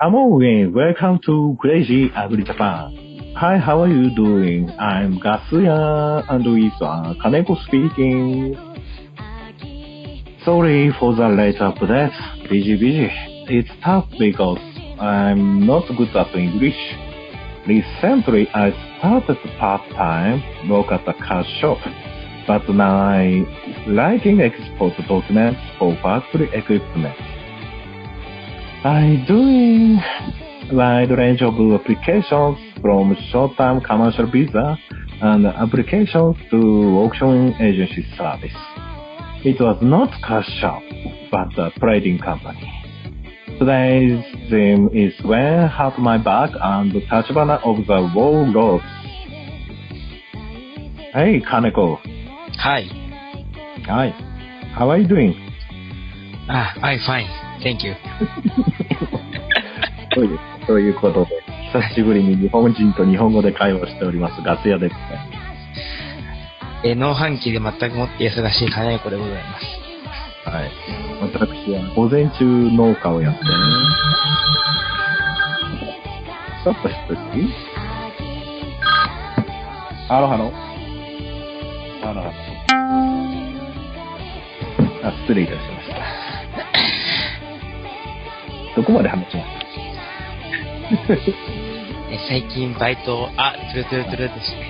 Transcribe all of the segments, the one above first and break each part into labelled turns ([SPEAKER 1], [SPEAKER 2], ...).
[SPEAKER 1] Hello and welcome to Crazy Agri Japan. Hi, how are you doing? I'm Gasuya and it's uh, Kaneko speaking. Sorry for the late update. Busy, busy. It's tough because I'm not good at English. Recently, I started part-time work at a car shop, but now I'm writing export documents for factory equipment. I'm doing wide range of applications from short-term commercial visa and applications to auction agency service. It was not cash shop, but a trading company. Today's theme is When Had My Back and Tachibana of the War Lords. Hey, Kaneko.
[SPEAKER 2] はい。
[SPEAKER 1] Hi. How are you doing?
[SPEAKER 2] あ、I'm fine. Thank you.
[SPEAKER 1] というということで、久しぶりに日本人と日本語で会話しております、ガス屋ですね。
[SPEAKER 2] えー、農飯器で全くもって忙しい金横でございます。
[SPEAKER 1] はい。私は午前中農家をやって、ちょっと失礼。ハロハロ。ハロハロ。あ、失礼いたしま した。どこまで話しまし
[SPEAKER 2] えー最近バイトを、あ、トゥルトゥルトゥルですね。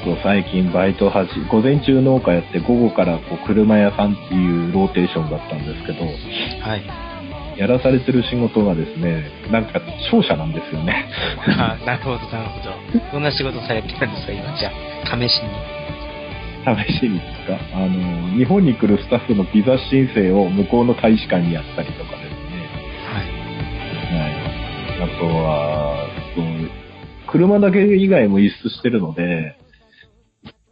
[SPEAKER 1] たこう最近バイトを始め午前中農家やって午後からこう車屋さんっていうローテーションだったんですけど、
[SPEAKER 2] はい。
[SPEAKER 1] やらされてる仕事がですね、なんか商社なんですよね。
[SPEAKER 2] あ、なるほど、なるほど。どんな仕事されてたんですか、今。じゃあ、試しに。
[SPEAKER 1] 試しにですかあの日本に来るスタッフのビザ申請を向こうの大使館にやったりとかですね、
[SPEAKER 2] はい。
[SPEAKER 1] はい、あとはそう車だけ以外も輸出してるので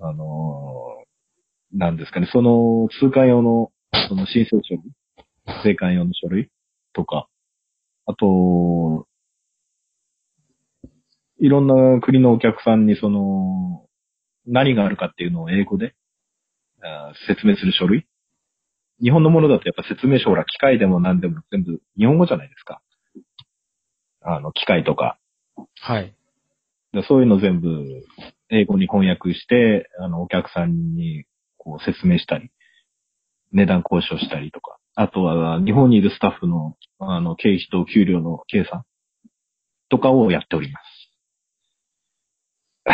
[SPEAKER 1] あのなんですかねその通関用のその申請書類税関用の書類とかあといろんな国のお客さんにその何があるかっていうのを英語であー説明する書類日本のものだとやっぱ説明書ほら機械でも何でも全部日本語じゃないですか。あの、機械とか。
[SPEAKER 2] はい。
[SPEAKER 1] でそういうの全部英語に翻訳して、あの、お客さんにこう説明したり、値段交渉したりとか。あとは日本にいるスタッフのあの経費と給料の計算とかをやっております。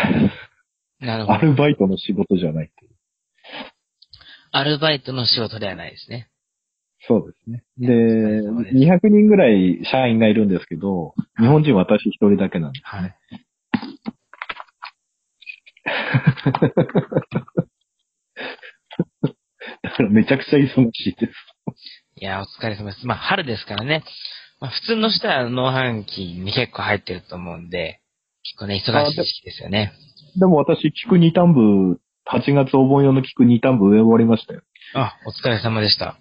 [SPEAKER 2] なるほ
[SPEAKER 1] ア
[SPEAKER 2] ど。
[SPEAKER 1] ルバイトの仕事じゃないっていう。
[SPEAKER 2] アルバイトの仕事ではないですね。
[SPEAKER 1] そうですね。で、
[SPEAKER 2] そうです
[SPEAKER 1] 200人ぐらい社員がいるんですけど、日本人私一人だけなんで
[SPEAKER 2] はい。
[SPEAKER 1] だからめちゃくちゃ忙しいです。
[SPEAKER 2] いや、お疲れ様です。まあ、春ですからね。まあ、普通の人は農飯器に結構入ってると思うんで、結構ね、忙しい時期ですよね。
[SPEAKER 1] でも私、菊二端部、8月お盆用の菊二端部植え終わりましたよ。
[SPEAKER 2] あ、お疲れ様でした。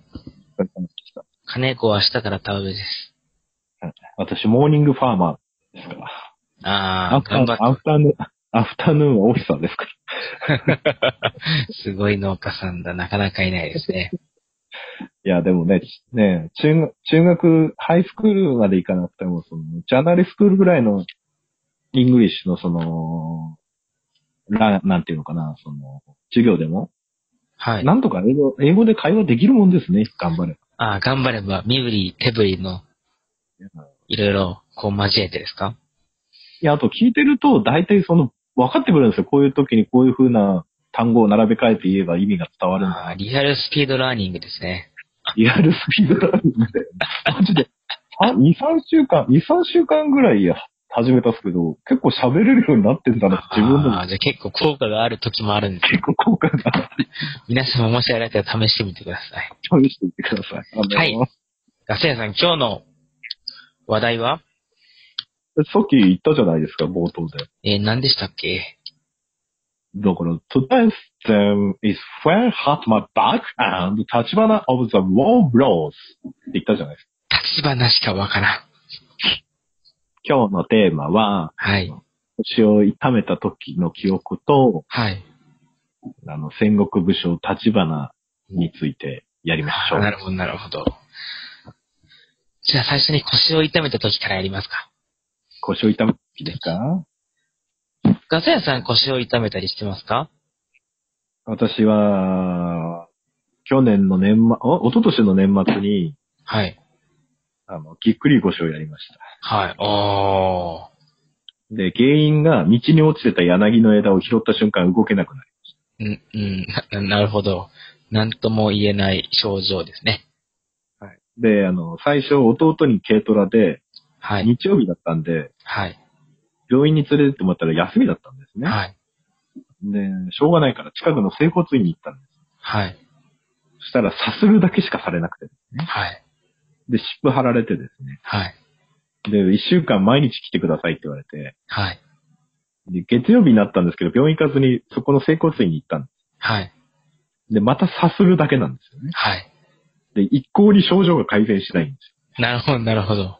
[SPEAKER 1] お疲れ様でした
[SPEAKER 2] 金子は明日から田植えです。
[SPEAKER 1] 私、モーニングファーマーですから。
[SPEAKER 2] あ
[SPEAKER 1] ア
[SPEAKER 2] あ、
[SPEAKER 1] フタ
[SPEAKER 2] 頑張っ
[SPEAKER 1] アフタヌーン、アフタヌーンはオフィサーですから。
[SPEAKER 2] て。すごい農家さんだ。なかなかいないで すね。
[SPEAKER 1] いや、でもね、ちね中学、中学、ハイスクールまで行かなくても、その、ジャーナリスクールぐらいの、イングリッシュのその、ら、なんていうのかな、その、授業でも、
[SPEAKER 2] はい。
[SPEAKER 1] なんとか英語、英語で会話できるもんですね、頑張れば。
[SPEAKER 2] ああ、頑張れば、身振り、手振りの、いろいろ、こう交えてですか
[SPEAKER 1] いや、あと聞いてると、大体その、分かってくるんですよ。こういう時にこういう風な単語を並べ替えて言えば意味が伝わるんだ。
[SPEAKER 2] ああ、リアルスピードラーニングですね。
[SPEAKER 1] リアルスピードランニングで。マジで。あ、2、3週間、2、3週間ぐらいや始めたんですけど、結構喋れるようになってんだな、自分で
[SPEAKER 2] あ
[SPEAKER 1] も。
[SPEAKER 2] あ、じゃあ結構効果がある時もあるんで、
[SPEAKER 1] 結構効果が
[SPEAKER 2] 皆様もしあれだったら試してみてください。
[SPEAKER 1] 試してみてください。あの
[SPEAKER 2] はいガセヤさん、今日の話題は、
[SPEAKER 1] さっき言ったじゃないですか、冒頭で。
[SPEAKER 2] えー、何でしたっけ
[SPEAKER 1] だから、today's theme is Fair Hat My Back and 立花 of the War Blows って言ったじゃないですか。
[SPEAKER 2] 立花しかわからん。
[SPEAKER 1] 今日のテーマは、
[SPEAKER 2] はい。
[SPEAKER 1] 腰を痛めた時の記憶と、
[SPEAKER 2] はい。
[SPEAKER 1] あの、戦国武将立花についてやりましょう。
[SPEAKER 2] なるほど、なるほど。じゃあ最初に腰を痛めた時からやりますか。
[SPEAKER 1] 腰を痛めた時ですか
[SPEAKER 2] ガセ屋さん腰を痛めたりしてますか
[SPEAKER 1] 私は、去年の年末、お、一昨年の年末に、
[SPEAKER 2] はい。
[SPEAKER 1] あの、ぎっくり腰をやりました。
[SPEAKER 2] はい。おー。
[SPEAKER 1] で、原因が道に落ちてた柳の枝を拾った瞬間動けなくなる。
[SPEAKER 2] うん、うん、な なるほど。なんとも言えない症状ですね。
[SPEAKER 1] はい。で、あの、最初弟に軽トラで、
[SPEAKER 2] はい。
[SPEAKER 1] 日曜日だったんで、
[SPEAKER 2] はい。
[SPEAKER 1] 病院に連れてってもらったら休みだったんですね。
[SPEAKER 2] はい。
[SPEAKER 1] で、しょうがないから近くの整骨院に行ったんです。
[SPEAKER 2] はい。
[SPEAKER 1] そしたら、さするだけしかされなくて。
[SPEAKER 2] はい。
[SPEAKER 1] で、湿布貼られてですね。
[SPEAKER 2] はい。
[SPEAKER 1] で、一週間毎日来てくださいって言われて、
[SPEAKER 2] はい。
[SPEAKER 1] で、月曜日になったんですけど、病院行かずに、そこの整骨院に行ったんで
[SPEAKER 2] はい。
[SPEAKER 1] す。で、またさするだけなんですよね。
[SPEAKER 2] はい。
[SPEAKER 1] で、一向に症状が改善しないんです
[SPEAKER 2] なるほど、なるほど。
[SPEAKER 1] よ。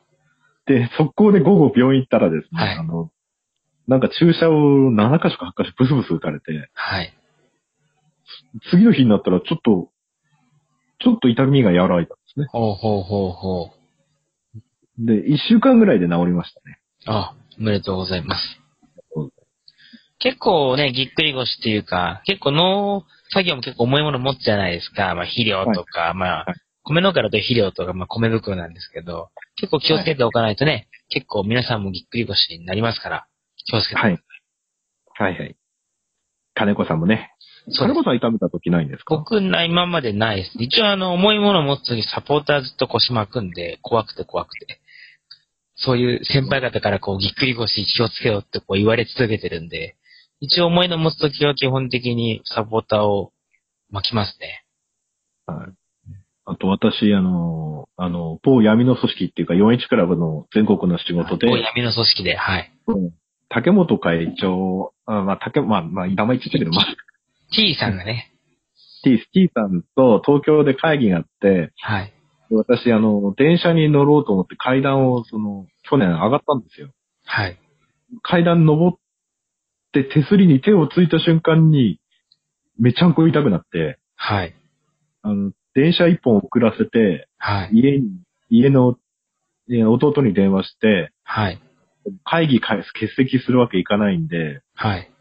[SPEAKER 1] で、速攻で午後病院行ったらですね、
[SPEAKER 2] はい
[SPEAKER 1] あの、なんか注射を7箇所か8箇所ブスブス打たれて、
[SPEAKER 2] はい。
[SPEAKER 1] 次の日になったらちょっと、ちょっと痛みが和らいだんですね。
[SPEAKER 2] ほうほうほうほう。
[SPEAKER 1] で、一週間ぐらいで治りましたね。
[SPEAKER 2] あ、おめでとうございます
[SPEAKER 1] そう。
[SPEAKER 2] 結構ね、ぎっくり腰っていうか、結構農作業も結構重いもの持つじゃないですか。まあ、肥料とか、まあ
[SPEAKER 1] は、
[SPEAKER 2] 米農家だと肥料とか、まあ、米袋なんですけど、結構気をつけておかないとね、結構皆さんもぎっくり腰になりますから、気をつけて。
[SPEAKER 1] はい。はいはい。金子さんもね。
[SPEAKER 2] そう
[SPEAKER 1] 金
[SPEAKER 2] で
[SPEAKER 1] 子
[SPEAKER 2] す
[SPEAKER 1] さん痛めた時ないんですか
[SPEAKER 2] 僕な、今までないです。一応あの、重いもの持つときサポーターずっと腰巻くんで、怖くて怖くて。そういう先輩方からこう、ぎっくり腰気をつけろってこう言われ続けてるんで、一応重いの持つときは基本的にサポーターを巻きますね。
[SPEAKER 1] はい。あと私、あの、あの、某闇の組織っていうか、41クラブの全国の仕事で
[SPEAKER 2] こう、闇の組織で、はい。
[SPEAKER 1] 竹本会長、あまあ、竹、まあ、まあ、名前言っちゃったけど、まあ、
[SPEAKER 2] T さんがね、
[SPEAKER 1] T、T さんと東京で会議があって、
[SPEAKER 2] はい。
[SPEAKER 1] 私、あの、電車に乗ろうと思って階段を、その、去年上がったんですよ。
[SPEAKER 2] はい。
[SPEAKER 1] 階段登って手すりに手をついた瞬間に、めちゃんこ痛くなって、
[SPEAKER 2] はい。
[SPEAKER 1] あの、電車一本遅らせて、
[SPEAKER 2] はい。
[SPEAKER 1] 家に、家の、えー弟に電話して、
[SPEAKER 2] はい。
[SPEAKER 1] 会議か欠席するわけいかないんで、
[SPEAKER 2] はい。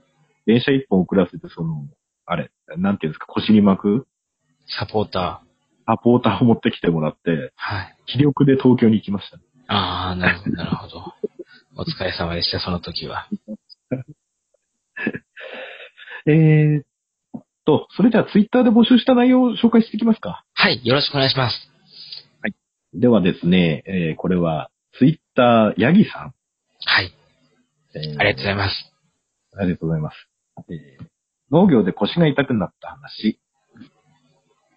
[SPEAKER 1] 電車一本遅らせて、その、あれ、なんていうんですか、腰に巻く
[SPEAKER 2] サポーター。
[SPEAKER 1] サポーターを持ってきてもらって、
[SPEAKER 2] はい。
[SPEAKER 1] 気力で東京に行きました。
[SPEAKER 2] ああ、なるほど、なるほど。お疲れ様でした、その時は。
[SPEAKER 1] えーっと、それではツイッターで募集した内容を紹介していきますか。
[SPEAKER 2] はい、よろしくお願いします。
[SPEAKER 1] ではですね、えーこれは、ツイッター、ヤギさん。
[SPEAKER 2] はい。
[SPEAKER 1] えー
[SPEAKER 2] ありがとうございます。
[SPEAKER 1] ありがとうございます。えー農業で腰が痛くなった話。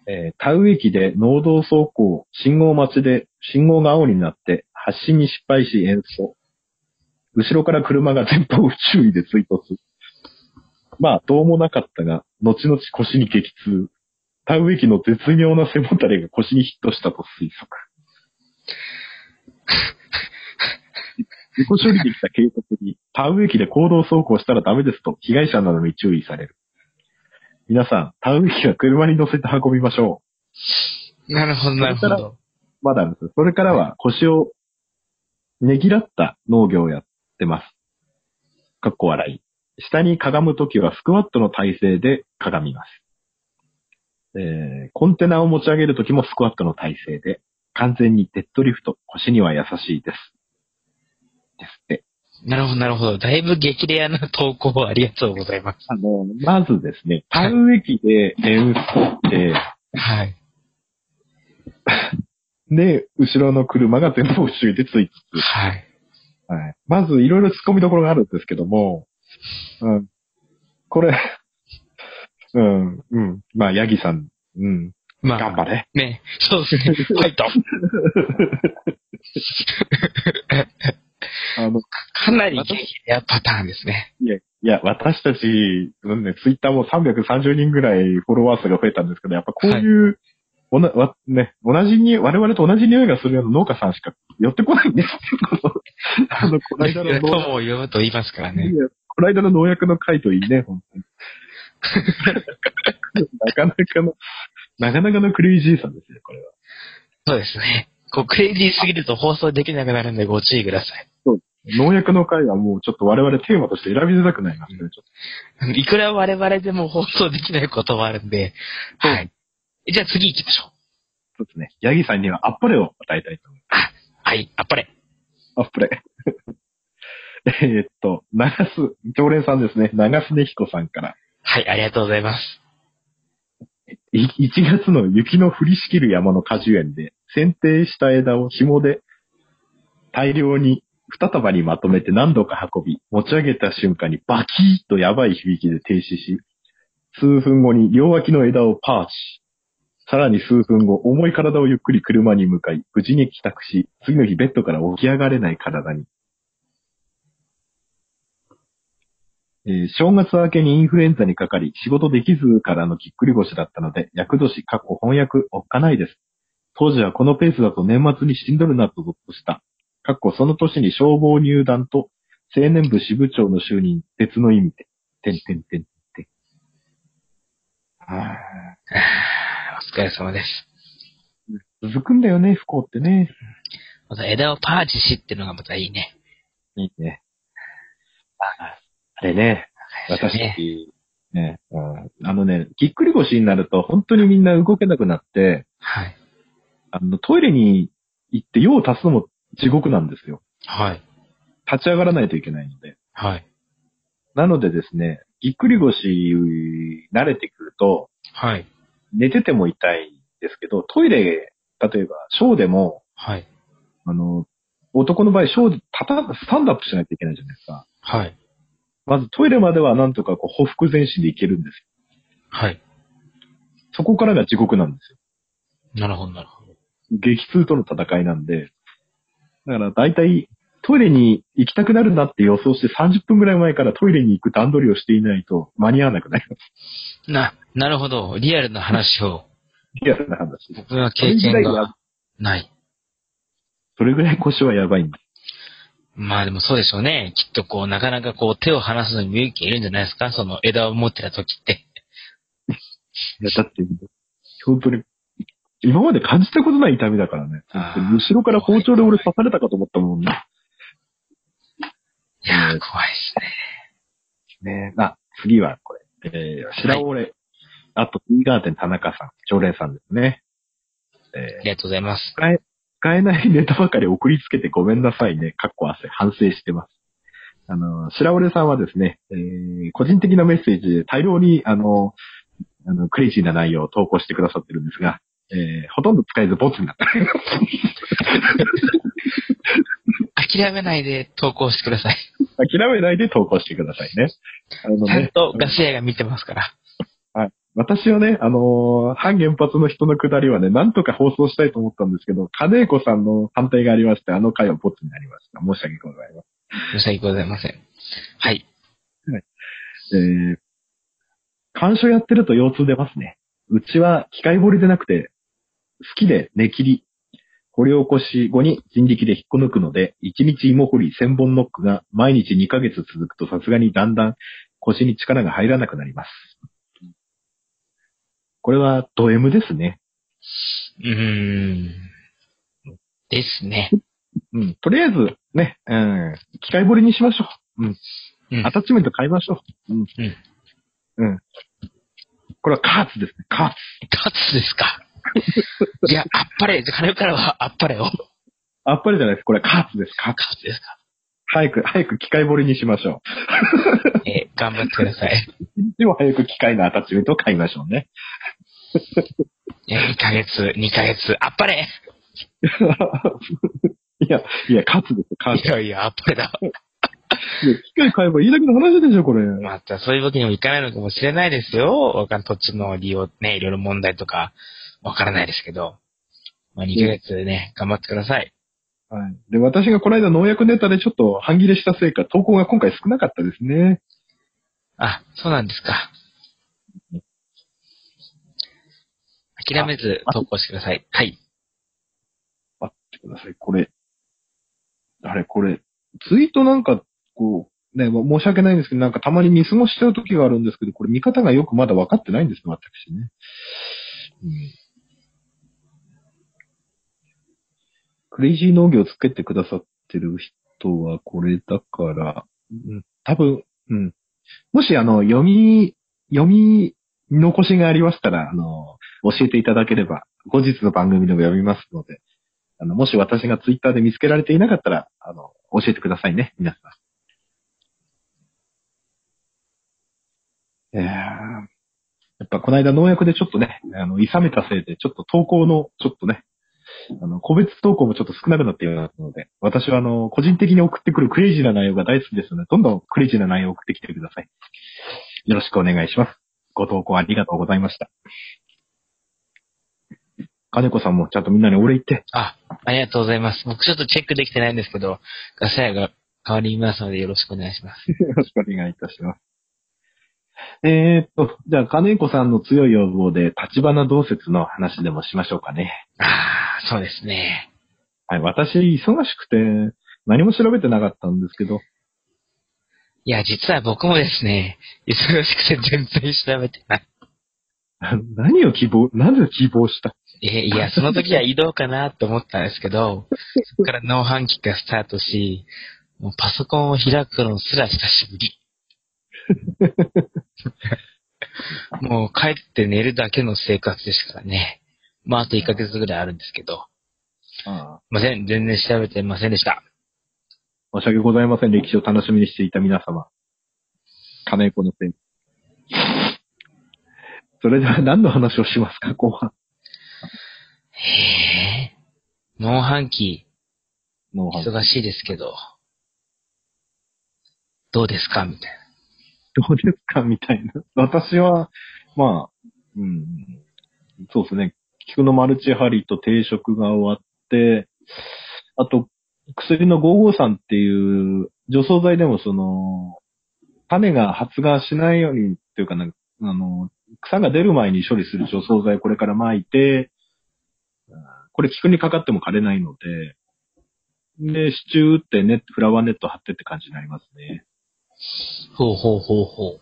[SPEAKER 1] えー田植え機で農道走行、信号待ちで信号が青になって発進に失敗し演奏。後ろから車が前方不注意で追突。まあ、どうもなかったが、後々腰に激痛。田植え機の絶妙な背もたれが腰にヒットしたと推測。自己処理できた警察に、田植え機で行動走行したらダメですと、被害者などに注意される。皆さん、田植え機は車に乗せて運びましょ
[SPEAKER 2] なるほど、なるほ
[SPEAKER 1] それ
[SPEAKER 2] ど。
[SPEAKER 1] う。まだあるんです。それからは腰をねぎらった農業をやってます。かっこ笑い。下にかがむときはスクワットの体勢でかがみます。えー、コンテナを持ち上げるときもスクワットの体勢で、完全にデッドリフト、腰には優しいです。ですって。
[SPEAKER 2] なるほど、なるほど。だいぶ激レアな投稿をありがとうございま
[SPEAKER 1] あの、まずですね、田植え機で演奏って、
[SPEAKER 2] す。はい。
[SPEAKER 1] で、後ろの車が全部不注意でついつつ、
[SPEAKER 2] はい。
[SPEAKER 1] はい、まずいろいろ突っ込みどころがあるんですけども、うん、これ、うん、うん、まあ、ヤギさん、うん、
[SPEAKER 2] ま
[SPEAKER 1] 頑
[SPEAKER 2] あ、
[SPEAKER 1] 張れ。
[SPEAKER 2] ね、そう ですね。ファイト。
[SPEAKER 1] あの、
[SPEAKER 2] かなり激レアパターンですね。
[SPEAKER 1] いや、いや、私たち、うんね、ツイッターも330人ぐらいフォロワー数が増えたんですけど、やっぱこういう、おなわね、同じに、我々と同じ匂いがするような農家さんしか寄ってこないんですけど、 あの、この間の農家
[SPEAKER 2] 友を呼ぶと言いますからね
[SPEAKER 1] い。やこの間の農薬の回といいね、本当に。 なかなかの、なかなかのクレイジーさですよ、これは。
[SPEAKER 2] そうですね。こう、クレイジーすぎると放送できなくなるんでご注意くださ
[SPEAKER 1] 農薬の回はもうちょっと我々テーマとして選びづらくなりますね。ちょっと
[SPEAKER 2] い。いくら我々でも放送できないこともあるんで、はい。じゃあ次行きましょう。
[SPEAKER 1] そうですね。ヤギさんにはアップレを与えたいと思い
[SPEAKER 2] はい、あっぱれ。
[SPEAKER 1] ます。アップレ。 えーっと、長須、常連さんですね。長須根彦さんから。
[SPEAKER 2] はい、ありがとうございます。
[SPEAKER 1] い1月の雪の降りしきる山の果樹園で、剪定した枝を紐で大量に2束にまとめて何度か運び、持ち上げた瞬間にバキーッとやばい響きで停止し、数分後に両脇の枝をパーチ。さらに数分後、重い体をゆっくり車に向かい、無事に帰宅し、次の日ベッドから起き上がれない体に。えー正月明けにインフルエンザにかかり、仕事できずからのぎっくり腰だったので、役年、過去翻訳、おっかないです。当時はこのペースだと年末にしんどるなとゾッとした。過去その年に消防入団と青年部支部長の就任、別の意味で。てんてんてんてん。あ
[SPEAKER 2] お疲れ様です。
[SPEAKER 1] ー続くんだよね、不幸ってね。
[SPEAKER 2] また枝をパーチしっていうのがまたいいね。
[SPEAKER 1] いいね。ああれね、私た
[SPEAKER 2] ね。
[SPEAKER 1] ち、ね、うんあのね、ぎっくり腰になると本当にみんな動けなくなって、
[SPEAKER 2] はい。
[SPEAKER 1] あの、トイレに行って用を足すのも地獄なんですよ。
[SPEAKER 2] はい。
[SPEAKER 1] 立ち上がらないといけないので。
[SPEAKER 2] はい。
[SPEAKER 1] なのでですね、ぎっくり腰慣れてくると、
[SPEAKER 2] はい。
[SPEAKER 1] 寝てても痛いんですけど、トイレ、例えば、ショーでも、
[SPEAKER 2] はい。
[SPEAKER 1] あの、男の場合、ショーで立た、スタンドアップしないといけないじゃないですか。
[SPEAKER 2] はい。
[SPEAKER 1] まずトイレまではなんとかこう、匍匐前進で行けるんですよ
[SPEAKER 2] はい。
[SPEAKER 1] そこからが地獄なんですよ
[SPEAKER 2] なるほど、なるほど。
[SPEAKER 1] 激痛との戦いなんで、だから大体トイレに行きたくなるなって予想して30分ぐらい前からトイレに行く段取りをしていないと間に合わなくなります。
[SPEAKER 2] な、なるほど。リアルな話を、
[SPEAKER 1] リアルな話です。
[SPEAKER 2] 僕は経験がない。
[SPEAKER 1] それぐらい腰はやばいんで
[SPEAKER 2] まあでもそうでしょうね。きっとこう、なかなかこう、手を離すのに勇気がいるんじゃないですかその枝を持ってた時って。
[SPEAKER 1] す。だって、本当に、今まで感じたことない痛みだからね。
[SPEAKER 2] あー
[SPEAKER 1] 後ろから包丁で俺刺されたかと思ったもんね。
[SPEAKER 2] いやー、怖いですね。
[SPEAKER 1] ねあ、次はこれ。えー、白俺、あと、イーガーデン田中さん、常連さんですね。えー
[SPEAKER 2] ありがとうございます。
[SPEAKER 1] 使え、使えないネタばかり送りつけてごめんなさいね。かっこ汗、反省してます。あの、白折さんはですね、えー個人的なメッセージで大量に、あの、あの、クレイジーな内容を投稿してくださってるんですが、えーほとんど使えずボツになった。
[SPEAKER 2] 諦めないで投稿してください。
[SPEAKER 1] 諦めないで投稿してくださいね。あの
[SPEAKER 2] ちゃん
[SPEAKER 1] ね、
[SPEAKER 2] とガス屋が見てますから。
[SPEAKER 1] 私はね、あのー反原発の人のくだりはね、なんとか放送したいと思ったんですけど、金子さんの反対がありまして、あの回はボツになりました。申し訳ございません。
[SPEAKER 2] 申し訳ございません。はい。
[SPEAKER 1] えー、鑑賞やってると腰痛出ますね。うちは機械掘りでなくて、好きで寝切り。掘り起こし後に人力で引っこ抜くので、1日芋掘り1000本ノックが毎日2ヶ月続くとさすがにだんだん腰に力が入らなくなります。これはド M ですね。
[SPEAKER 2] うーん。ですね。
[SPEAKER 1] うん。とりあえず、ね、うん。機械掘りにしましょう。うん。
[SPEAKER 2] うん
[SPEAKER 1] アタッチメント買いましょう。うん。うん。これはカーツですね。カーツ。
[SPEAKER 2] 勝つですか。 いや、あっぱれ。じゃあ、金からはあっぱれを。勝
[SPEAKER 1] あっぱれじゃないです。これはカーツです。カーツ。
[SPEAKER 2] つですか。
[SPEAKER 1] 早く、早く機械掘りにしましょ
[SPEAKER 2] えー頑張ってください。
[SPEAKER 1] う。でも早く機械のアタッチメントを買いましょうね。
[SPEAKER 2] いや、2ヶ月、2ヶ月、あっぱれ
[SPEAKER 1] いや、いや、カツですよ、カツ。
[SPEAKER 2] いやいや、あっぱれだ。
[SPEAKER 1] 機械買えばいいだけの話でしょ、これ。
[SPEAKER 2] また、そういうわけにもいかないのかもしれないですよ。わかん、土地の利用、ね、いろいろ問題とか、わからないですけど。まあ、2ヶ月ね、頑張ってください。
[SPEAKER 1] はい。で、私がこの間農薬ネタでちょっと半切れしたせいか、投稿が今回少なかったですね。
[SPEAKER 2] あ、そうなんですか。諦めず投稿してください。はい。
[SPEAKER 1] ちょっと待ってください、これ。あれ、これ、ツイートなんか、こう、ね、ま申し訳ないんですけど、なんかたまに見過ごしちゃう時があるんですけど、これ見方がよくまだ分かってないんですね、私ね。うんクレイジー農業をつけてくださってる人はこれだから、うん、多分、うん。もしあの、読み、読み残しがありましたら、あの、教えていただければ、後日の番組でも読みますので、あの、もし私がツイッターで見つけられていなかったら、あの、教えてくださいね、皆さん。いやーやっぱこの間農薬でちょっとね、あの、いさめたせいで、ちょっと投稿の、ちょっとね、あの、個別投稿もちょっと少なくなっているので、私はあの、個人的に送ってくるクレイジーな内容が大好きですので、どんどんクレイジーな内容を送ってきてください。よろしくお願いします。ご投稿ありがとうございました。金子さんもちゃんとみんなにお礼言って。
[SPEAKER 2] あ、ありがとうございます。僕ちょっとチェックできてないんですけど、ガサヤが変わりますのでよろしくお願いします。
[SPEAKER 1] よろしくお願いいたします。えー、っと、じゃあ、金子さんの強い要望で、立花同説の話でもしましょうかね。
[SPEAKER 2] ああ、そうですね。
[SPEAKER 1] はい、私、忙しくて、何も調べてなかったんですけど、
[SPEAKER 2] いや、実は僕もですね、忙しくて全然調べてない。
[SPEAKER 1] 何を希望、なぜ希望した
[SPEAKER 2] え、いや、その時は移動かなと思ったんですけ ど、そこから農飯器がスタートし、もうパソコンを開くのすら久しぶ り。もう帰って寝るだけの生活ですからね。まあ、あと1ヶ月ぐらいあるんですけど、
[SPEAKER 1] ああ
[SPEAKER 2] まあ全全然調べてませんでした。
[SPEAKER 1] 申し訳ございません。歴史を楽しみにしていた皆様。金子のせい。それでは何の話をしますか、後半。
[SPEAKER 2] へえ。農飯器、
[SPEAKER 1] のお話
[SPEAKER 2] 忙しいですけど、どうですかみたいな。
[SPEAKER 1] どうですかみたいな。私は、まあ、うん、そうですね。菊のマルチハリと定食が終わって、あと、薬の553っていう、除草剤でもその、種が発芽しないようにっていうかなんか、あの、草が出る前に処理する除草剤これから撒いて、うんこれ菊にかかっても枯れないので、で、支柱打ってね、フラワーネット張ってって感じになりますね。
[SPEAKER 2] ほうほうほうほう。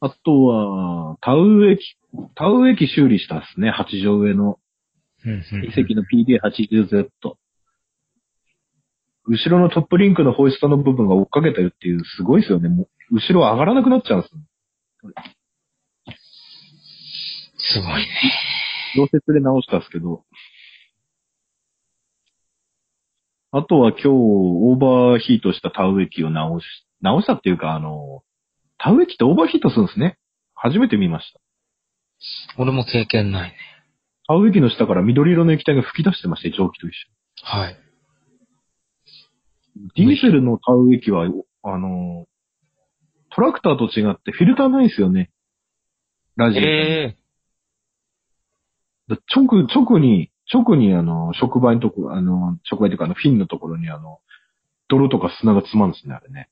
[SPEAKER 1] あとは、田植え機、田植え機修理したんですね。八条上の。
[SPEAKER 2] うんうんうん
[SPEAKER 1] 遺跡の PD80Z。後ろのトップリンクのホイストの部分が追っかけたよっていう、すごいですよね。もう後ろ上がらなくなっちゃうんですよ。
[SPEAKER 2] すごいね。
[SPEAKER 1] 溶接で直したんですけど。あとは今日、オーバーヒートした田植え機を直し、直したっていうか、あの、田植え機ってオーバーヒートするんですね。初めて見ました。
[SPEAKER 2] 俺も経験ないね。
[SPEAKER 1] 田植え機の下から緑色の液体が吹き出してまして、蒸気と一緒に
[SPEAKER 2] はい。
[SPEAKER 1] ディーゼルの田植え機は、あの、トラクターと違ってフィルターないんですよね。ラジオみたいに。
[SPEAKER 2] ええ
[SPEAKER 1] だ直、直に、直にあの、触媒のとこ、あの、触媒というかあの、フィンのところにあの、泥とか砂が詰まるんですね、あれね。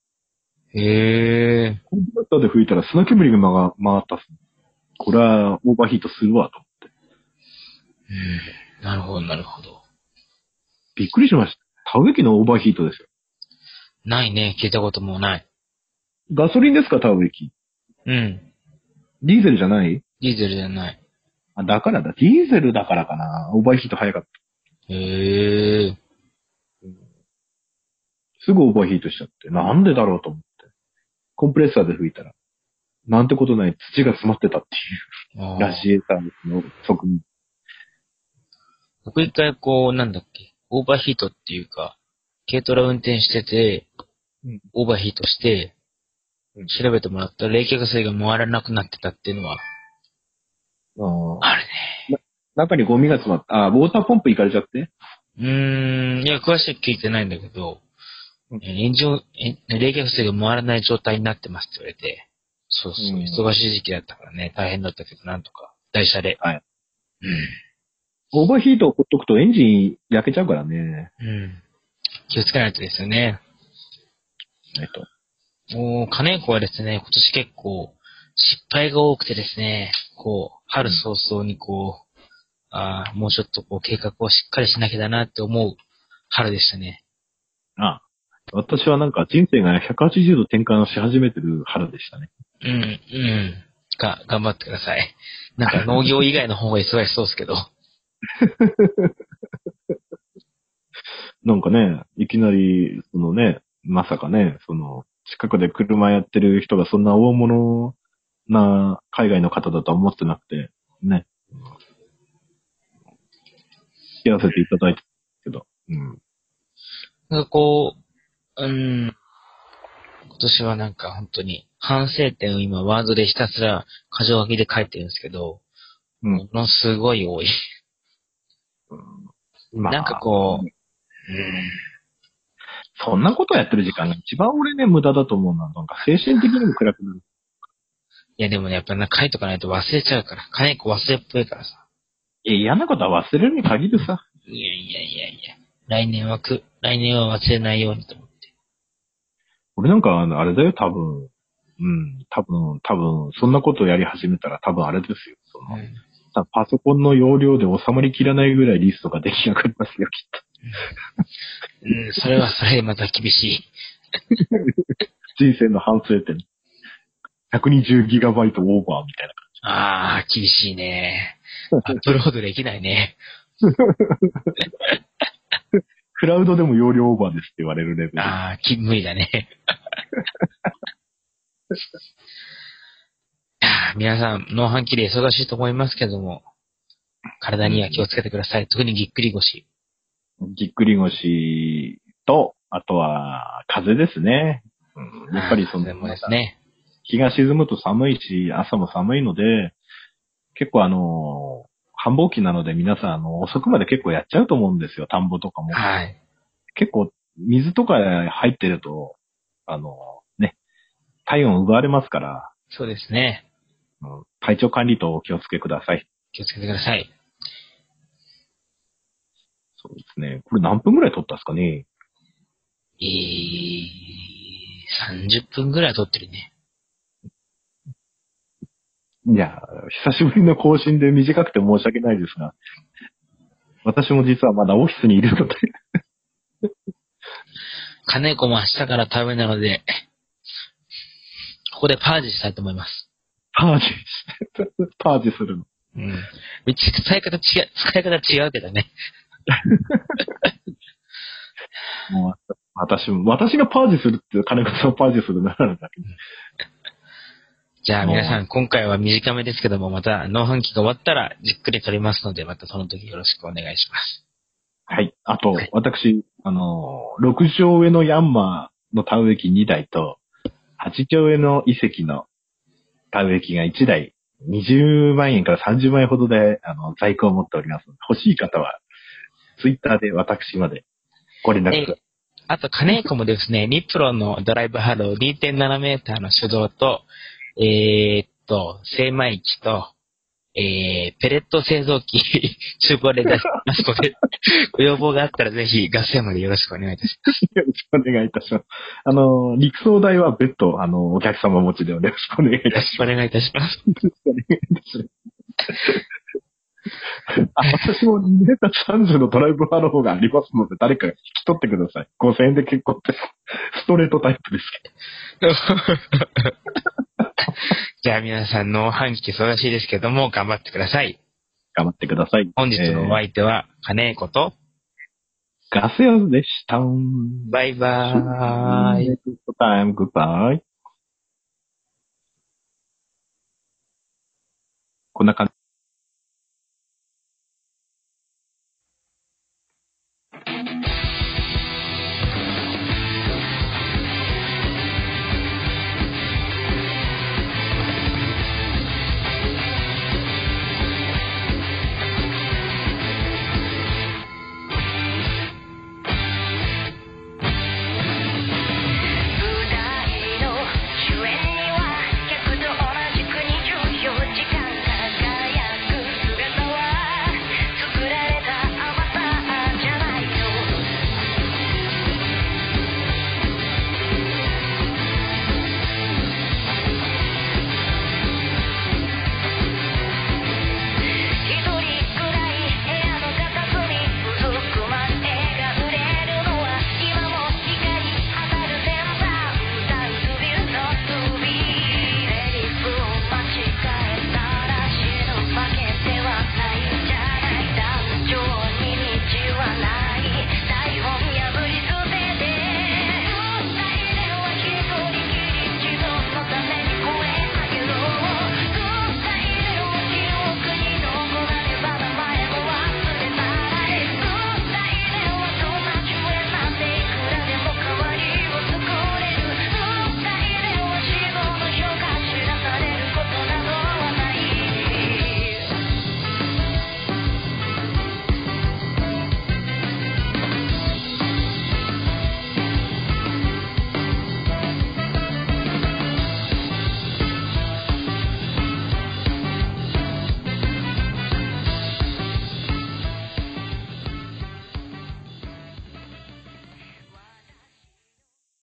[SPEAKER 2] ええ
[SPEAKER 1] コンピューターで吹いたら砂煙が回回ったっすね。これはオーバーヒートするわ、と。
[SPEAKER 2] うんなるほど、なるほど。
[SPEAKER 1] びっくりしました。田植え機のオーバーヒートですよ。
[SPEAKER 2] ないね。聞いたこともない。
[SPEAKER 1] ガソリンですか、田植え機。
[SPEAKER 2] うん。
[SPEAKER 1] ディーゼルじゃない
[SPEAKER 2] ディーゼルじゃない。
[SPEAKER 1] あ、だからだ。ディーゼルだからかな。オーバーヒート早かった。
[SPEAKER 2] ええ
[SPEAKER 1] すぐオーバーヒートしちゃって、なんでだろうと思って。コンプレッサーで吹いたら、なんてことない土が詰まってたっていう、ラジエーターの側面。
[SPEAKER 2] 僕一回こう、なんだっけ、オーバーヒートっていうか、軽トラ運転してて、
[SPEAKER 1] うん
[SPEAKER 2] オーバーヒートして
[SPEAKER 1] うん、
[SPEAKER 2] 調べてもらったら冷却水が回らなくなってたっていうのは、
[SPEAKER 1] あー
[SPEAKER 2] ある
[SPEAKER 1] 中にゴミが詰まった。あー、ウォーターポンプ行かれちゃって。
[SPEAKER 2] ね。うーん、いや、詳しく聞いてないんだけど、
[SPEAKER 1] うん
[SPEAKER 2] えー炎上、え冷却水が回らない状態になってますって言われて、そうそう、忙しい時期だったからね、大変だったけど、なんとか、台車で。
[SPEAKER 1] はい。
[SPEAKER 2] うん。
[SPEAKER 1] オーバーヒートをほっとくとエンジン焼けちゃうからね。
[SPEAKER 2] うん。気をつけないとですよね。
[SPEAKER 1] えっと。
[SPEAKER 2] もう、金子はですね、今年結構、失敗が多くてですね、こう、春早々にこう、ああ、もうちょっとこう、計画をしっかりしなきゃだなって思う春でしたね。
[SPEAKER 1] あー私はなんか人生が180度転換し始めてる春でしたね。
[SPEAKER 2] うん、うん。が、頑張ってください。なんか農業以外の方が忙しそうですけど。
[SPEAKER 1] なんかね、いきなり、そのね、まさかね、その、近くで車やってる人がそんな大物な海外の方だとは思ってなくて、ね。付き合わせていただいたけど、うん。
[SPEAKER 2] なんかこう、うん、今年はなんか本当に反省点を今ワードでひたすら箇条書きで書いてるんですけど、
[SPEAKER 1] うん。
[SPEAKER 2] ものすごい多い。
[SPEAKER 1] まあ
[SPEAKER 2] なんかこう、
[SPEAKER 1] そんなことやってる時間が一番俺ね、無駄だと思うな。なんか精神的にも暗くなる。
[SPEAKER 2] いやでもね、やっぱな書いとかないと忘れちゃうから、書い子忘れっぽいからさ。
[SPEAKER 1] いや、嫌なことは忘れるに限るさ。
[SPEAKER 2] いやいやいやいや、来年はく、来年は忘れないようにと思って。
[SPEAKER 1] 俺なんか、あのあれだよ、多分。うん、多分、多分、そんなことやり始めたら多分あれですよ。そのさパソコンの容量で収まりきらないぐらいリストが出来上がりますよ、きっと。
[SPEAKER 2] うん、それはそれでまた厳し い。
[SPEAKER 1] 人生の反省点。120ギガバイトオーバーみたいな。
[SPEAKER 2] ああ、厳しいね。アップロードできないね。
[SPEAKER 1] クラウドでも容量オーバーですって言われるレベル。
[SPEAKER 2] ああ、き無理 だね。あー皆さん、脳半期で忙しいと思いますけども、体には気をつけてください。特にぎっくり腰。
[SPEAKER 1] ぎっくり腰と、あとは、風邪ですね。うん、やっぱりその、
[SPEAKER 2] でもですね。
[SPEAKER 1] 日が沈むと寒いし、朝も寒いので、結構あのー繁忙期なので皆さん、あの、遅くまで結構やっちゃうと思うんですよ、田んぼとかも。
[SPEAKER 2] はい。
[SPEAKER 1] 結構、水とか入ってると、あのーね、体温奪われますから、
[SPEAKER 2] そうですね。
[SPEAKER 1] うん体調管理とお気をつけください。
[SPEAKER 2] 気をつけてください。
[SPEAKER 1] そうですね。これ何分くらい取ったんですかね
[SPEAKER 2] えー、30分ぐらい撮ってるね。
[SPEAKER 1] いや、久しぶりの更新で短くて申し訳ないですが、私も実はまだオフィスにいるので、
[SPEAKER 2] 金子も明日から食べなので、ここでパージしたいと思います。
[SPEAKER 1] パージして、パージするの。
[SPEAKER 2] うん。うち使い方違う、使い方違うけどね。
[SPEAKER 1] もう私も、私がパージするって、金子さんをパージするならなんだけど。
[SPEAKER 2] じゃあ皆さん、今回は短めですけども、また、農飯期が終わったら、じっくり撮りますので、またその時よろしくお願いします。
[SPEAKER 1] はい。あと
[SPEAKER 2] はい、
[SPEAKER 1] 私、あのー、6畳上のヤンマーの田植え機2台と、8畳上の遺跡の田植え機が1台、20万円から30万円ほどで、あの、在庫を持っておりますので。欲しい方は、ツイッターで私までご連絡ください。
[SPEAKER 2] あと、金子もですね、ニプロのドライブハロー2.7メーターの手動と、えー、っと、精米機と、えー、ペレット製造機、 中古で出してますので、ご要望があったらぜひ、ガス屋までよろしくお願いいたしま
[SPEAKER 1] よろしくお願いいたします。あのー、陸送代は別途、あのー、お客様持ちでよろしくお願いいた
[SPEAKER 2] す。
[SPEAKER 1] し
[SPEAKER 2] よろしくお願いいたします。
[SPEAKER 1] ます。あ私も2メーター30のドライブ派の方がありますので、誰か引き取ってください。5000円で結構です。ストレートタイプですけ
[SPEAKER 2] じゃあ皆さん、農繁期忙しいですけども、頑張ってください。
[SPEAKER 1] ど。頑張ってください。
[SPEAKER 2] 本日のお
[SPEAKER 1] えー
[SPEAKER 2] 相手は、金子と、
[SPEAKER 1] ガス屋でした。
[SPEAKER 2] バイバーイ。
[SPEAKER 1] Next time, goodbye. こんな感じ。